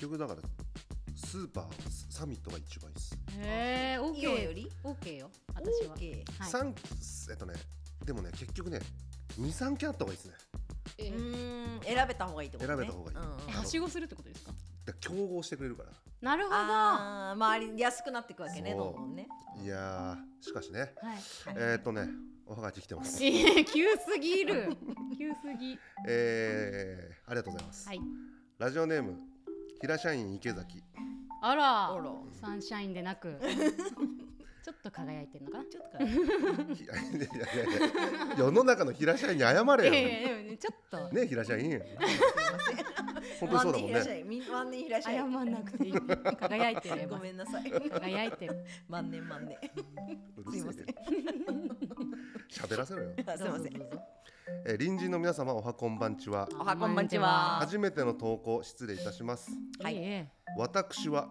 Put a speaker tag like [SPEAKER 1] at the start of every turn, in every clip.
[SPEAKER 1] 局だからスーパーサミットが一番いいです、
[SPEAKER 2] へえオー
[SPEAKER 3] イオン
[SPEAKER 2] ケ
[SPEAKER 3] よ
[SPEAKER 2] ー
[SPEAKER 3] り
[SPEAKER 2] オーケーよ私は、
[SPEAKER 3] オーケ
[SPEAKER 2] はい
[SPEAKER 1] 三えっとねでもね結局ね23件あった方がいいですね
[SPEAKER 2] え
[SPEAKER 3] ーう
[SPEAKER 2] ー
[SPEAKER 3] ーん選べた方がいいってことね
[SPEAKER 1] 選べた方がいい
[SPEAKER 3] うんうん
[SPEAKER 2] えはしごするってことですか
[SPEAKER 1] だから競合してくれるから
[SPEAKER 2] なるほどは
[SPEAKER 3] ああ周り安くなっていくわけね
[SPEAKER 1] そう
[SPEAKER 3] どんどんね
[SPEAKER 1] いやーしかしね
[SPEAKER 2] い
[SPEAKER 1] えっとねおはがき来てます
[SPEAKER 2] えー、急すぎ る急すぎ
[SPEAKER 1] えー、ありがとうございます、
[SPEAKER 2] はい
[SPEAKER 1] ラジオネーム平社員池崎
[SPEAKER 2] あら
[SPEAKER 3] あら
[SPEAKER 2] サンシャインでな くちょっと輝いてるのかな
[SPEAKER 3] ちょっ と か
[SPEAKER 1] いやいやいやいや世の中の平社員に謝れよ、
[SPEAKER 2] いやいやでもねちょっと
[SPEAKER 1] ね平社員本当に
[SPEAKER 3] ワ
[SPEAKER 1] そう
[SPEAKER 3] ン
[SPEAKER 1] だも
[SPEAKER 3] デン
[SPEAKER 1] ん
[SPEAKER 3] いら
[SPEAKER 1] ね
[SPEAKER 3] っしゃいみワンデンいらっしゃ
[SPEAKER 2] 謝
[SPEAKER 3] い
[SPEAKER 2] んなくていい輝いてれ
[SPEAKER 3] ご
[SPEAKER 2] ば
[SPEAKER 3] めんなさい
[SPEAKER 2] 輝いてる
[SPEAKER 3] 万年万年
[SPEAKER 1] う
[SPEAKER 3] すい
[SPEAKER 1] る
[SPEAKER 3] ま
[SPEAKER 1] せ
[SPEAKER 3] せん
[SPEAKER 1] え 喋らせろよ、
[SPEAKER 3] あす いませ
[SPEAKER 2] どうぞどうんぞ
[SPEAKER 1] えー、隣人の皆様おはこんばんちは
[SPEAKER 3] おはこんばんちは
[SPEAKER 1] 初めての投稿失礼いたします
[SPEAKER 3] はい
[SPEAKER 2] え
[SPEAKER 1] 私は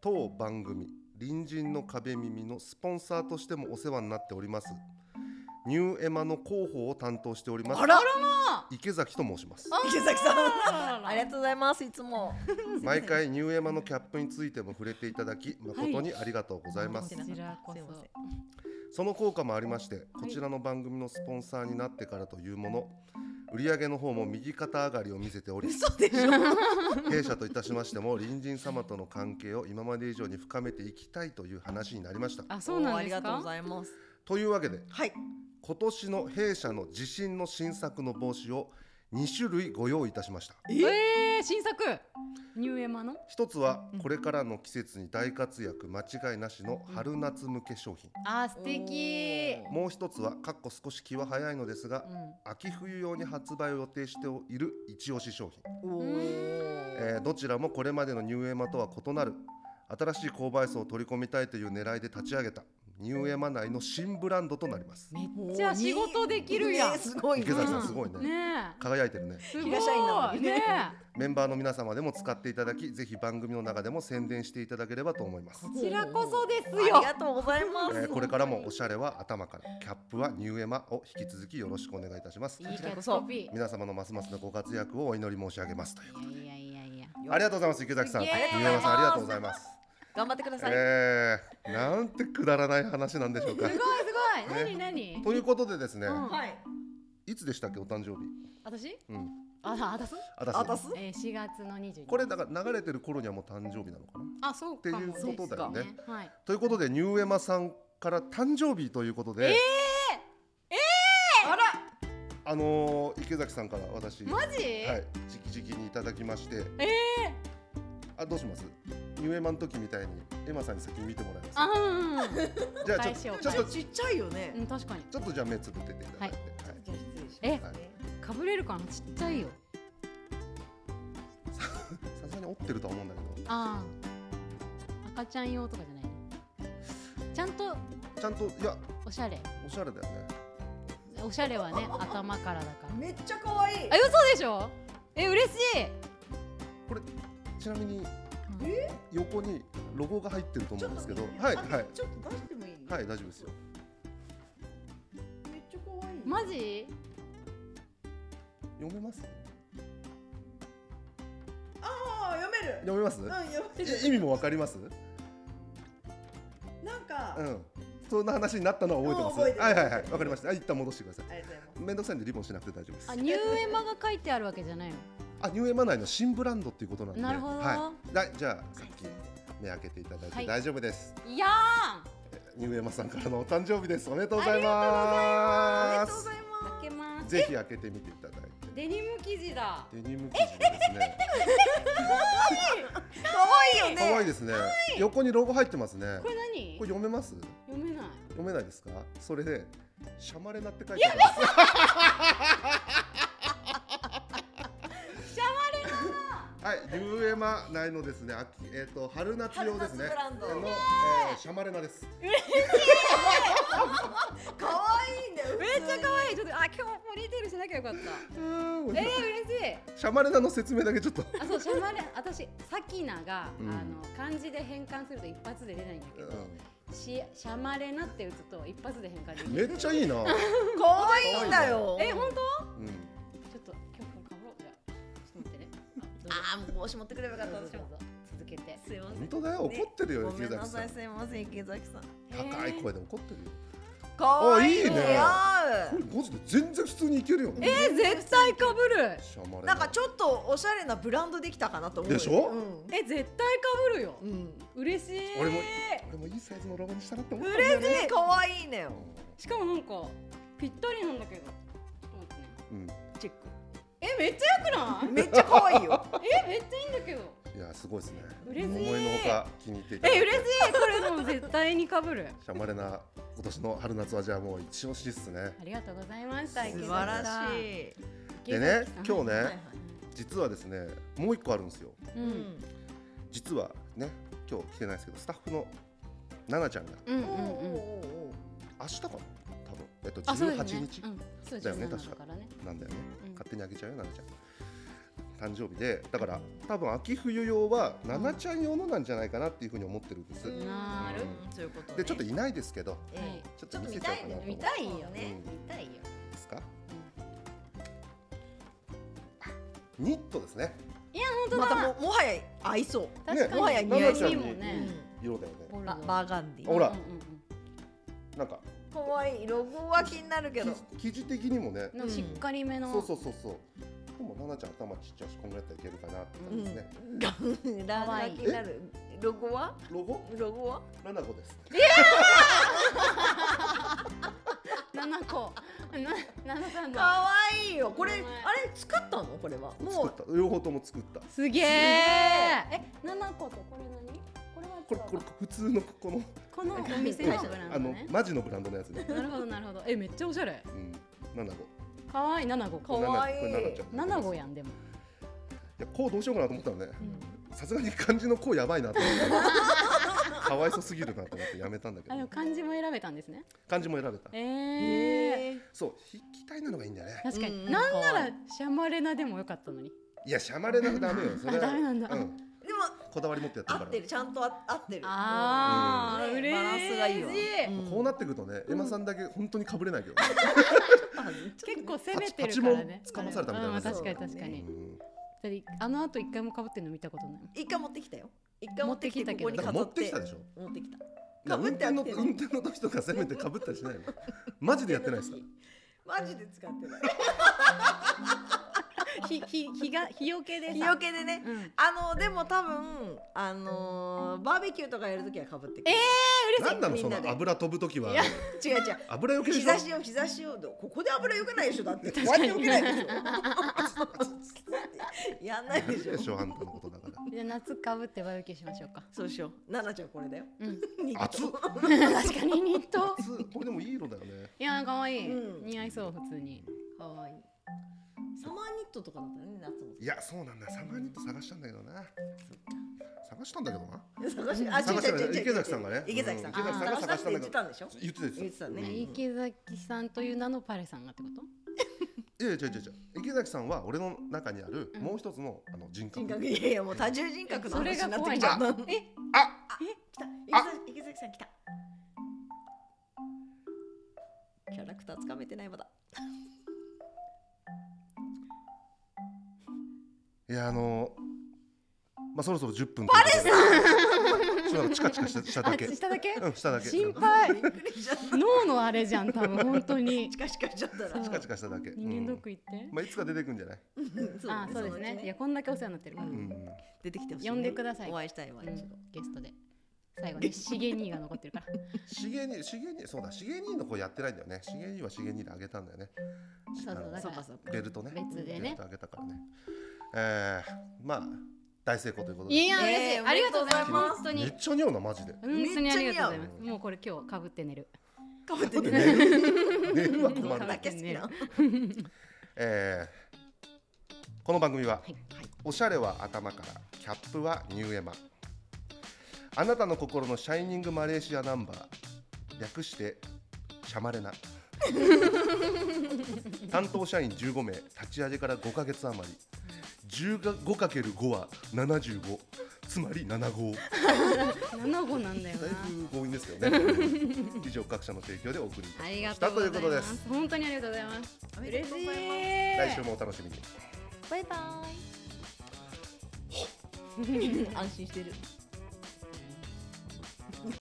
[SPEAKER 1] 当番組隣人の壁耳のスポンサーとしてもお世話になっておりますニューエマの広報を担当しております
[SPEAKER 3] あら
[SPEAKER 1] 池崎と申します
[SPEAKER 3] 池崎さん
[SPEAKER 2] えあ
[SPEAKER 3] ありがとうございますいつも
[SPEAKER 1] 毎回ニューエマのキャップについても触れていただき誠にありがとうございます、
[SPEAKER 2] こちらこ
[SPEAKER 3] すいま
[SPEAKER 2] そ
[SPEAKER 3] せん
[SPEAKER 1] その効果もありましてこちらの番組のスポンサーになってからというもの売上の方も右肩上がりを見せており
[SPEAKER 3] 嘘でしょ
[SPEAKER 1] 弊社といたしましても隣人様との関係を今まで以上に深めていきたいという話になりました
[SPEAKER 2] あそうなん
[SPEAKER 3] あ
[SPEAKER 2] で
[SPEAKER 3] り
[SPEAKER 2] す
[SPEAKER 3] がとうご
[SPEAKER 2] か
[SPEAKER 3] ざいます
[SPEAKER 1] というわけで
[SPEAKER 3] はい
[SPEAKER 1] 今年の弊社の地震の新作の帽子を2種類ご用意いたしました
[SPEAKER 2] ええー、新作ニューエマの
[SPEAKER 1] 一つはこれからの季節に大活躍間違いなしの春夏向け商品
[SPEAKER 2] あ素敵
[SPEAKER 3] おー
[SPEAKER 1] もう一つはかっこ少し気は早いのですが
[SPEAKER 2] うん
[SPEAKER 1] 秋冬用に発売を予定している一押し商品、
[SPEAKER 3] おー
[SPEAKER 1] えーどちらもこれまでのニューエマとは異なる新しい購買層を取り込みたいという狙いで立ち上げたニューエマ内の新ブランドとなります
[SPEAKER 2] めっちゃ仕事できるやん
[SPEAKER 3] ねすごい
[SPEAKER 1] 池
[SPEAKER 3] ね
[SPEAKER 1] 崎さ
[SPEAKER 2] うん
[SPEAKER 1] すごいね
[SPEAKER 2] ね
[SPEAKER 1] 輝いてるね
[SPEAKER 2] えすごい
[SPEAKER 3] 平社員なのにね
[SPEAKER 2] ね
[SPEAKER 1] メンバーの皆様でも使っていただきぜひ番組の中でも宣伝していただければと思います
[SPEAKER 2] えこちらこそです
[SPEAKER 3] あり
[SPEAKER 2] よ
[SPEAKER 3] がとうございま
[SPEAKER 1] えー
[SPEAKER 3] す
[SPEAKER 1] これからもおしゃれは頭からキャップはニューエマを引き続きよろしくお願いいたします
[SPEAKER 2] いいキャッチコピ
[SPEAKER 1] 皆様のますますのご活躍をお祈り申し上げますという
[SPEAKER 2] ーいやいやいやいや
[SPEAKER 1] ありがとうございます池崎さん
[SPEAKER 2] イ
[SPEAKER 1] ニ
[SPEAKER 2] エ
[SPEAKER 1] ュ
[SPEAKER 2] ーイ
[SPEAKER 1] ーエマさんありがとうございます
[SPEAKER 3] 頑張ってください
[SPEAKER 1] えー、なんてくだらない話なんでしょうか
[SPEAKER 2] すごいすご
[SPEAKER 1] ね
[SPEAKER 2] い、なになに
[SPEAKER 1] ということでですね、
[SPEAKER 2] うん
[SPEAKER 3] はい
[SPEAKER 1] いつでしたっけお誕生日
[SPEAKER 2] 私
[SPEAKER 1] うん
[SPEAKER 2] ああたす
[SPEAKER 1] あた
[SPEAKER 3] あ
[SPEAKER 1] した
[SPEAKER 3] す
[SPEAKER 2] えー、4月の22日
[SPEAKER 1] これだから流れてる頃にはもう誕生日なのかな
[SPEAKER 2] あそうかも
[SPEAKER 1] っていうことだよね
[SPEAKER 2] ですかはい
[SPEAKER 1] ということでニューエマさんから誕生日ということで、
[SPEAKER 3] あら
[SPEAKER 1] あのー、池崎さんから私
[SPEAKER 2] マジ、
[SPEAKER 1] はい、じきじきにいただきまして。
[SPEAKER 2] え
[SPEAKER 1] あ、どうします。ニューエマの時みたいに、エマさんに先に見てもらいます。
[SPEAKER 2] あうんうん
[SPEAKER 1] じゃあ、ち
[SPEAKER 2] お返
[SPEAKER 1] ょ
[SPEAKER 2] しを
[SPEAKER 1] ちょっと、
[SPEAKER 2] お返
[SPEAKER 1] ち
[SPEAKER 3] ちっちゃいよね
[SPEAKER 2] うん確かに
[SPEAKER 1] ょっとじゃあ目つぶってていただいて。はい
[SPEAKER 3] じゃあ失礼し
[SPEAKER 2] え
[SPEAKER 3] ますね
[SPEAKER 2] かぶれるかなちっちゃいよ
[SPEAKER 1] さすがに折ってるとは思うんだけ
[SPEAKER 2] ああ赤ちゃん用とかじゃないのちゃんと
[SPEAKER 1] ど、ちゃんと、いや、
[SPEAKER 2] おしゃれ
[SPEAKER 1] おしゃれだよね。
[SPEAKER 2] おしゃれはね頭からだから
[SPEAKER 3] めっちゃ可愛い
[SPEAKER 2] あ嘘でしょえ嬉しい
[SPEAKER 1] ちなみに
[SPEAKER 2] うん
[SPEAKER 3] え、
[SPEAKER 1] 横にロゴが入ってると思うんですけど、
[SPEAKER 3] ちょっと
[SPEAKER 1] はい、
[SPEAKER 3] あ
[SPEAKER 1] はい、
[SPEAKER 3] ちょっと出してもいい
[SPEAKER 1] はい、大丈夫ですよ。
[SPEAKER 3] めっちゃ可愛い
[SPEAKER 2] マジ
[SPEAKER 1] 読めます。
[SPEAKER 3] ああ読める
[SPEAKER 1] 読めます。
[SPEAKER 3] うん読め
[SPEAKER 1] い意味
[SPEAKER 3] る
[SPEAKER 1] もわかります。
[SPEAKER 3] なんか
[SPEAKER 1] う
[SPEAKER 3] あ
[SPEAKER 1] ん。そんな話になったのは覚えてます。
[SPEAKER 3] うん覚えてる
[SPEAKER 1] はい、はい、はい、わかりました。はい一旦戻してください。
[SPEAKER 3] りがとうございます
[SPEAKER 1] めんどくさいんでリボンしなくて大丈夫です
[SPEAKER 2] あ。ニューエマが書いてあるわけじゃないの
[SPEAKER 1] あ、ニューエマ内の新ブランドっていうことなんで。
[SPEAKER 2] なるほど
[SPEAKER 1] はい。だじゃあ、さっき目開けていただい
[SPEAKER 2] は
[SPEAKER 1] て
[SPEAKER 2] い
[SPEAKER 1] 大丈夫です。
[SPEAKER 2] いや
[SPEAKER 1] ニューエマさんからのお誕生日です。おめでとうございま
[SPEAKER 3] ありがとうご
[SPEAKER 1] す
[SPEAKER 3] ざ。います
[SPEAKER 2] ーん開けます
[SPEAKER 1] ぜひ開けてみていただいて。
[SPEAKER 2] デニム生地だ
[SPEAKER 1] デニム生地がですね。
[SPEAKER 3] 可愛いよ
[SPEAKER 1] 可愛い
[SPEAKER 3] ね
[SPEAKER 1] ですね。横にロゴ入ってますね
[SPEAKER 2] こ。れ何
[SPEAKER 1] これ読めます？
[SPEAKER 2] 読めない
[SPEAKER 1] 読めないですか？それでシャマレナって書いてあります。
[SPEAKER 2] シャマレ
[SPEAKER 1] はい、ニューエマ内のですね、秋えっ、と春夏用ですね。
[SPEAKER 3] 春夏ブランド
[SPEAKER 1] の、えーシャマレナです。
[SPEAKER 3] 可愛いね
[SPEAKER 2] めっちゃ可愛いちょっとあ今日ポニーテールしなきゃよかった
[SPEAKER 1] うん
[SPEAKER 2] えー、嬉しい
[SPEAKER 1] シャマレナの説明だけちょっと。
[SPEAKER 2] あそうシャ マレ私サキナが、
[SPEAKER 1] うん
[SPEAKER 2] あの漢字で変換すると一発で出ないんだけ
[SPEAKER 1] う
[SPEAKER 2] ど、
[SPEAKER 1] ん
[SPEAKER 2] しシャマレナって打つと一発で変換でき
[SPEAKER 1] め
[SPEAKER 2] る
[SPEAKER 1] っちゃいいな。
[SPEAKER 3] 可愛いんだよ
[SPEAKER 2] え本当
[SPEAKER 1] うん
[SPEAKER 2] ちょっと今日これかぶろうじゃあちょっと待ってね
[SPEAKER 3] ああもう帽子持ってくればよかった私も
[SPEAKER 2] どうぞけて。
[SPEAKER 3] すいません
[SPEAKER 1] 本当だよ怒ってるよ、
[SPEAKER 3] ご
[SPEAKER 1] 池
[SPEAKER 3] めんな
[SPEAKER 1] 崎
[SPEAKER 3] さ
[SPEAKER 1] さ
[SPEAKER 3] い
[SPEAKER 1] ん
[SPEAKER 3] すいません池崎さん
[SPEAKER 1] 高い
[SPEAKER 2] えー
[SPEAKER 1] 声で怒ってるよ
[SPEAKER 3] 可愛い
[SPEAKER 1] いいね
[SPEAKER 3] 似合
[SPEAKER 1] こ
[SPEAKER 3] う
[SPEAKER 1] れマジで全然普通にいけるよね
[SPEAKER 2] えー絶対かぶる。
[SPEAKER 1] しゃまれ
[SPEAKER 3] なんかちょっとおしゃれなブランドできたかなと思うよ
[SPEAKER 1] でしょ
[SPEAKER 3] うん
[SPEAKER 2] え絶対かぶるよ。
[SPEAKER 3] うん
[SPEAKER 2] 嬉しい。
[SPEAKER 1] 俺も俺もいいサイズのロゴにしたなって思ったんだよ
[SPEAKER 3] 嬉
[SPEAKER 1] ね
[SPEAKER 3] しい可愛いねよ
[SPEAKER 2] しかもなんかぴったりなんだけど。ちょっと待ってね
[SPEAKER 1] うん
[SPEAKER 3] チェック
[SPEAKER 2] えめっちゃ良くない？
[SPEAKER 3] めっちゃ可愛いよ
[SPEAKER 2] えめっちゃいいんだけど。
[SPEAKER 1] いやすごいですね
[SPEAKER 2] 嬉しい
[SPEAKER 1] 思いのほか気に入っていただい
[SPEAKER 2] え
[SPEAKER 1] て
[SPEAKER 2] 嬉しい。これでも絶対にかぶる。
[SPEAKER 1] しゃまれな今年の春夏はじゃあもう一押しっすね
[SPEAKER 2] ありがとうございまし
[SPEAKER 3] 素
[SPEAKER 2] た。
[SPEAKER 3] 晴ら
[SPEAKER 2] い。
[SPEAKER 3] しい
[SPEAKER 1] でね今日
[SPEAKER 2] ね。
[SPEAKER 1] ね、
[SPEAKER 3] はいはい
[SPEAKER 1] 実はですねもう一個あるんですよ
[SPEAKER 2] う。
[SPEAKER 3] うんん
[SPEAKER 1] 実はね今日来てないですけどスタッフの奈々ちゃんが
[SPEAKER 2] うんう
[SPEAKER 3] お
[SPEAKER 2] ん
[SPEAKER 3] ー
[SPEAKER 2] うん。
[SPEAKER 3] おーおー
[SPEAKER 1] 明日かな多分えっと
[SPEAKER 2] あそうです
[SPEAKER 1] 18
[SPEAKER 2] ね
[SPEAKER 1] 日
[SPEAKER 2] うんそう
[SPEAKER 1] だよね
[SPEAKER 2] 17
[SPEAKER 1] 確か
[SPEAKER 2] からね。
[SPEAKER 1] なんだよね、
[SPEAKER 2] うん
[SPEAKER 1] 勝手にあげちゃうよ奈々ちゃん誕生日でだから多分秋冬用は奈々ちゃん用のなんじゃないかなっていうふうに思ってるんです、
[SPEAKER 3] うん
[SPEAKER 2] な
[SPEAKER 1] る
[SPEAKER 3] そういうことね
[SPEAKER 1] でちょっといないですけど
[SPEAKER 3] ええ
[SPEAKER 1] ちょっと見せちゃおうかなと思
[SPEAKER 2] 見
[SPEAKER 1] った
[SPEAKER 2] いよ
[SPEAKER 1] ね
[SPEAKER 3] 見たいよ。
[SPEAKER 1] んですかニットですね
[SPEAKER 2] 本当
[SPEAKER 3] また
[SPEAKER 2] だ。
[SPEAKER 3] ももはや合いそう。
[SPEAKER 2] 確かに
[SPEAKER 3] もはや似合いそう
[SPEAKER 2] にも
[SPEAKER 1] う
[SPEAKER 2] ね。
[SPEAKER 1] ん色だよね
[SPEAKER 2] ボルド
[SPEAKER 3] バ
[SPEAKER 2] ー
[SPEAKER 3] バーガンデ
[SPEAKER 1] ほ
[SPEAKER 3] ィ。
[SPEAKER 1] ら
[SPEAKER 2] うんうん
[SPEAKER 1] なんか
[SPEAKER 3] 可愛いロゴは気になるけど。
[SPEAKER 1] 生地的にもね
[SPEAKER 2] うんなんかしっかりめの。
[SPEAKER 1] そうそうそうそうでも奈々ちゃん頭ちっちゃいしこんぐらいだったらいけるかなって
[SPEAKER 3] う
[SPEAKER 1] 感じですね、
[SPEAKER 3] ん。ラ
[SPEAKER 2] 可
[SPEAKER 3] ーガが
[SPEAKER 2] 愛い
[SPEAKER 3] 気になる。ロゴは？
[SPEAKER 1] ロゴ
[SPEAKER 3] ロゴは？
[SPEAKER 1] ラナゴです
[SPEAKER 2] 七個。な 七さんだ。
[SPEAKER 3] 可愛いよ。これあ
[SPEAKER 2] 名
[SPEAKER 3] れ
[SPEAKER 2] 前
[SPEAKER 3] 作ったのこれは？も
[SPEAKER 1] 作
[SPEAKER 3] う
[SPEAKER 1] った両方とも作った
[SPEAKER 2] すげー。え、七個とこれ何？これは違う
[SPEAKER 1] これこれ普通のこの
[SPEAKER 2] このお店のブラン
[SPEAKER 1] あ
[SPEAKER 2] ド
[SPEAKER 1] の
[SPEAKER 2] ね。
[SPEAKER 1] マジのブランドのやつね
[SPEAKER 2] なるほどなるほど。えめっちゃおしゃれ。
[SPEAKER 1] うんラナゴ
[SPEAKER 2] 可愛い七個。
[SPEAKER 1] これ
[SPEAKER 3] かわいい
[SPEAKER 1] ラナこれラナちゃん
[SPEAKER 2] 七個
[SPEAKER 1] い
[SPEAKER 2] やんでも。
[SPEAKER 1] やこうどうしようかなと思ったのねさすがに漢字のこうやばいなと思ってかわいそうすぎるなと思ってやめたんだけ
[SPEAKER 2] あでも
[SPEAKER 1] ど
[SPEAKER 2] 漢字も選べたんですね。
[SPEAKER 1] 漢字も選べた
[SPEAKER 2] えー。
[SPEAKER 3] ええ。
[SPEAKER 1] そう筆記体なのがいいんだよね
[SPEAKER 2] 確か
[SPEAKER 3] うんう
[SPEAKER 2] に。
[SPEAKER 3] ん
[SPEAKER 2] なんな
[SPEAKER 3] 可
[SPEAKER 2] ら
[SPEAKER 3] 愛い
[SPEAKER 2] シャマレナでもよかったのに。
[SPEAKER 1] いやしゃまれなくダメよそれは
[SPEAKER 2] あダメなんだ
[SPEAKER 1] うん、
[SPEAKER 3] でも
[SPEAKER 1] こだわり持ってやって
[SPEAKER 3] 合
[SPEAKER 1] るか
[SPEAKER 3] って
[SPEAKER 1] ら
[SPEAKER 3] るちゃんとあ合ってる。
[SPEAKER 2] あー
[SPEAKER 3] うん
[SPEAKER 2] 嬉しい
[SPEAKER 3] バランスがいいわ。
[SPEAKER 1] こうなってくるとね、エマさんだけ本当にかぶれないけど、
[SPEAKER 2] 結構攻めてるからね。
[SPEAKER 1] 八八問掴まされたみたいな
[SPEAKER 2] うん確かに確か
[SPEAKER 1] う
[SPEAKER 2] に。
[SPEAKER 1] ん
[SPEAKER 2] だってあの後一回も被ってるの見たことない。
[SPEAKER 3] 一回持ってきたよ。一回持ってきて
[SPEAKER 2] 持ってきたけど
[SPEAKER 3] ここに飾っ
[SPEAKER 1] 持って
[SPEAKER 3] て。
[SPEAKER 1] きたでしょ
[SPEAKER 3] 持ってきた。
[SPEAKER 1] な
[SPEAKER 3] かぶ
[SPEAKER 1] 運
[SPEAKER 3] っては
[SPEAKER 1] 転の
[SPEAKER 3] きてない
[SPEAKER 1] 運転の時とかせめてかぶったりしないのマジでやってないですか
[SPEAKER 3] マジで使ってない。
[SPEAKER 2] ひひ日が日よけでさ。
[SPEAKER 3] 日よけでね。
[SPEAKER 2] うん。
[SPEAKER 3] あのでも多分あのーバーベキューとかやるときはかぶってくる。
[SPEAKER 1] なんなの
[SPEAKER 3] み
[SPEAKER 1] そ
[SPEAKER 3] んな
[SPEAKER 1] の
[SPEAKER 3] で
[SPEAKER 1] 油飛ぶ時はい
[SPEAKER 3] や違う違う。
[SPEAKER 1] 油よけで
[SPEAKER 3] 日
[SPEAKER 1] しょ
[SPEAKER 3] 差しを日差しをどここで油よけないでしょだって。確かによけないでし ょ。やんないでしょ
[SPEAKER 1] で。しょあんたのことだから
[SPEAKER 2] じゃあ夏かぶってバーベキューしましょうか。
[SPEAKER 3] そうしよう。奈々ちゃんこれだよ。
[SPEAKER 2] うん。
[SPEAKER 1] 熱っ
[SPEAKER 2] 確かにニット。
[SPEAKER 1] 熱っこれでもいい色だよね
[SPEAKER 2] いやー可愛い
[SPEAKER 3] うん
[SPEAKER 2] 似合いそう普通に。
[SPEAKER 3] 可愛いい。サマーニットとかだったらね
[SPEAKER 1] いやそうなんだよサマーニット探したんだけどな探したんだけどな
[SPEAKER 3] 夏も。探しあ
[SPEAKER 1] 探した
[SPEAKER 3] 違う違う違う違う
[SPEAKER 1] 池崎さんがね
[SPEAKER 3] 池崎さ
[SPEAKER 1] う
[SPEAKER 3] ん。
[SPEAKER 1] ん池
[SPEAKER 2] 崎さん
[SPEAKER 1] が
[SPEAKER 3] あー
[SPEAKER 1] 探したんだけど
[SPEAKER 3] 探って言ってたんでしょ。
[SPEAKER 1] 言ってた
[SPEAKER 3] 言
[SPEAKER 1] 言
[SPEAKER 3] っ
[SPEAKER 1] って
[SPEAKER 3] たね。
[SPEAKER 2] 池崎さんという名のパレさんがってこと？
[SPEAKER 1] たいやいや違う違う違う池崎さんは俺の中にある
[SPEAKER 2] うん
[SPEAKER 1] もう一つのあの人格
[SPEAKER 3] 人格いやいやもう多重人格の
[SPEAKER 2] それ
[SPEAKER 3] 話
[SPEAKER 2] が
[SPEAKER 3] になって
[SPEAKER 2] 怖い
[SPEAKER 3] きちゃった。
[SPEAKER 2] な
[SPEAKER 3] 来。
[SPEAKER 2] え
[SPEAKER 1] あ
[SPEAKER 3] た池崎池崎さん来た。キャラクターつかめてないまだ。
[SPEAKER 1] いやあのまあそろそろ10分バレさ んそうなんかチカチカしたしただ け
[SPEAKER 2] あしただけ？
[SPEAKER 1] うんしただけ
[SPEAKER 2] 心配。
[SPEAKER 3] びっくりしちゃった。
[SPEAKER 2] 脳のあれじゃん多分本当に
[SPEAKER 3] チ。カチカしちゃったら。
[SPEAKER 2] そう
[SPEAKER 1] チカチカしただけ
[SPEAKER 2] 人間ドッ
[SPEAKER 1] う
[SPEAKER 2] ク行って
[SPEAKER 1] ん。まあいつか出てくんじゃない
[SPEAKER 3] そ
[SPEAKER 2] あそうですね。いやこんだけお世話になってるから
[SPEAKER 1] う。ん
[SPEAKER 3] 出てきてほしい、
[SPEAKER 2] 呼んでください
[SPEAKER 3] お会いしたいわ、
[SPEAKER 2] うん
[SPEAKER 3] 一度
[SPEAKER 2] ゲストで最後にシゲニーが残ってるから
[SPEAKER 1] しげにしげにそうだしげにの子やってないんだよねしげにはしげにであげたんだよね
[SPEAKER 2] そ
[SPEAKER 1] あ
[SPEAKER 2] うそう
[SPEAKER 1] の
[SPEAKER 2] だ
[SPEAKER 3] そ
[SPEAKER 2] か
[SPEAKER 3] う
[SPEAKER 2] ら
[SPEAKER 3] かそうか
[SPEAKER 1] ベルトね
[SPEAKER 2] 別で
[SPEAKER 1] ベル
[SPEAKER 2] ね
[SPEAKER 1] トあげたからねえー、まあ大成功ということで
[SPEAKER 2] いや嬉しい、
[SPEAKER 3] えー
[SPEAKER 2] ありがとうございます
[SPEAKER 3] おめでとうございます
[SPEAKER 2] 本当
[SPEAKER 1] め
[SPEAKER 2] に
[SPEAKER 1] っちゃ似合うなマジで
[SPEAKER 2] 本当にありがとうござい
[SPEAKER 1] め
[SPEAKER 2] ま
[SPEAKER 1] っちゃ似合
[SPEAKER 2] す
[SPEAKER 1] う
[SPEAKER 2] もうこれ今日かぶって寝る
[SPEAKER 3] かぶって
[SPEAKER 1] 寝
[SPEAKER 3] ね
[SPEAKER 1] る寝るは
[SPEAKER 3] ど
[SPEAKER 1] 困
[SPEAKER 3] ん
[SPEAKER 1] る
[SPEAKER 3] だけ好きなの
[SPEAKER 1] えーこの番組は、
[SPEAKER 2] はいはい
[SPEAKER 1] おしゃれは頭からキャップはニューエマあなたの心のシャイニングマレーシアナンバー略してシャマ レナ担当社員15名立ち上げから5ヶ月余り 15×5 は75つまり7号
[SPEAKER 2] 七号なんだよ
[SPEAKER 1] だい
[SPEAKER 2] な
[SPEAKER 1] ぶ強引ですよ ね以上各社の提供でお送りいた
[SPEAKER 2] あ
[SPEAKER 1] し
[SPEAKER 2] り
[SPEAKER 1] ま
[SPEAKER 2] が
[SPEAKER 1] した
[SPEAKER 2] とうご
[SPEAKER 1] とい
[SPEAKER 2] ざいう
[SPEAKER 1] ことで
[SPEAKER 2] ますす本当にありがとうございます
[SPEAKER 3] おめで
[SPEAKER 2] 嬉
[SPEAKER 3] と
[SPEAKER 2] し
[SPEAKER 3] う
[SPEAKER 2] い
[SPEAKER 3] ございます
[SPEAKER 1] 来週もお楽しみに
[SPEAKER 2] バイバイ
[SPEAKER 3] 安心してる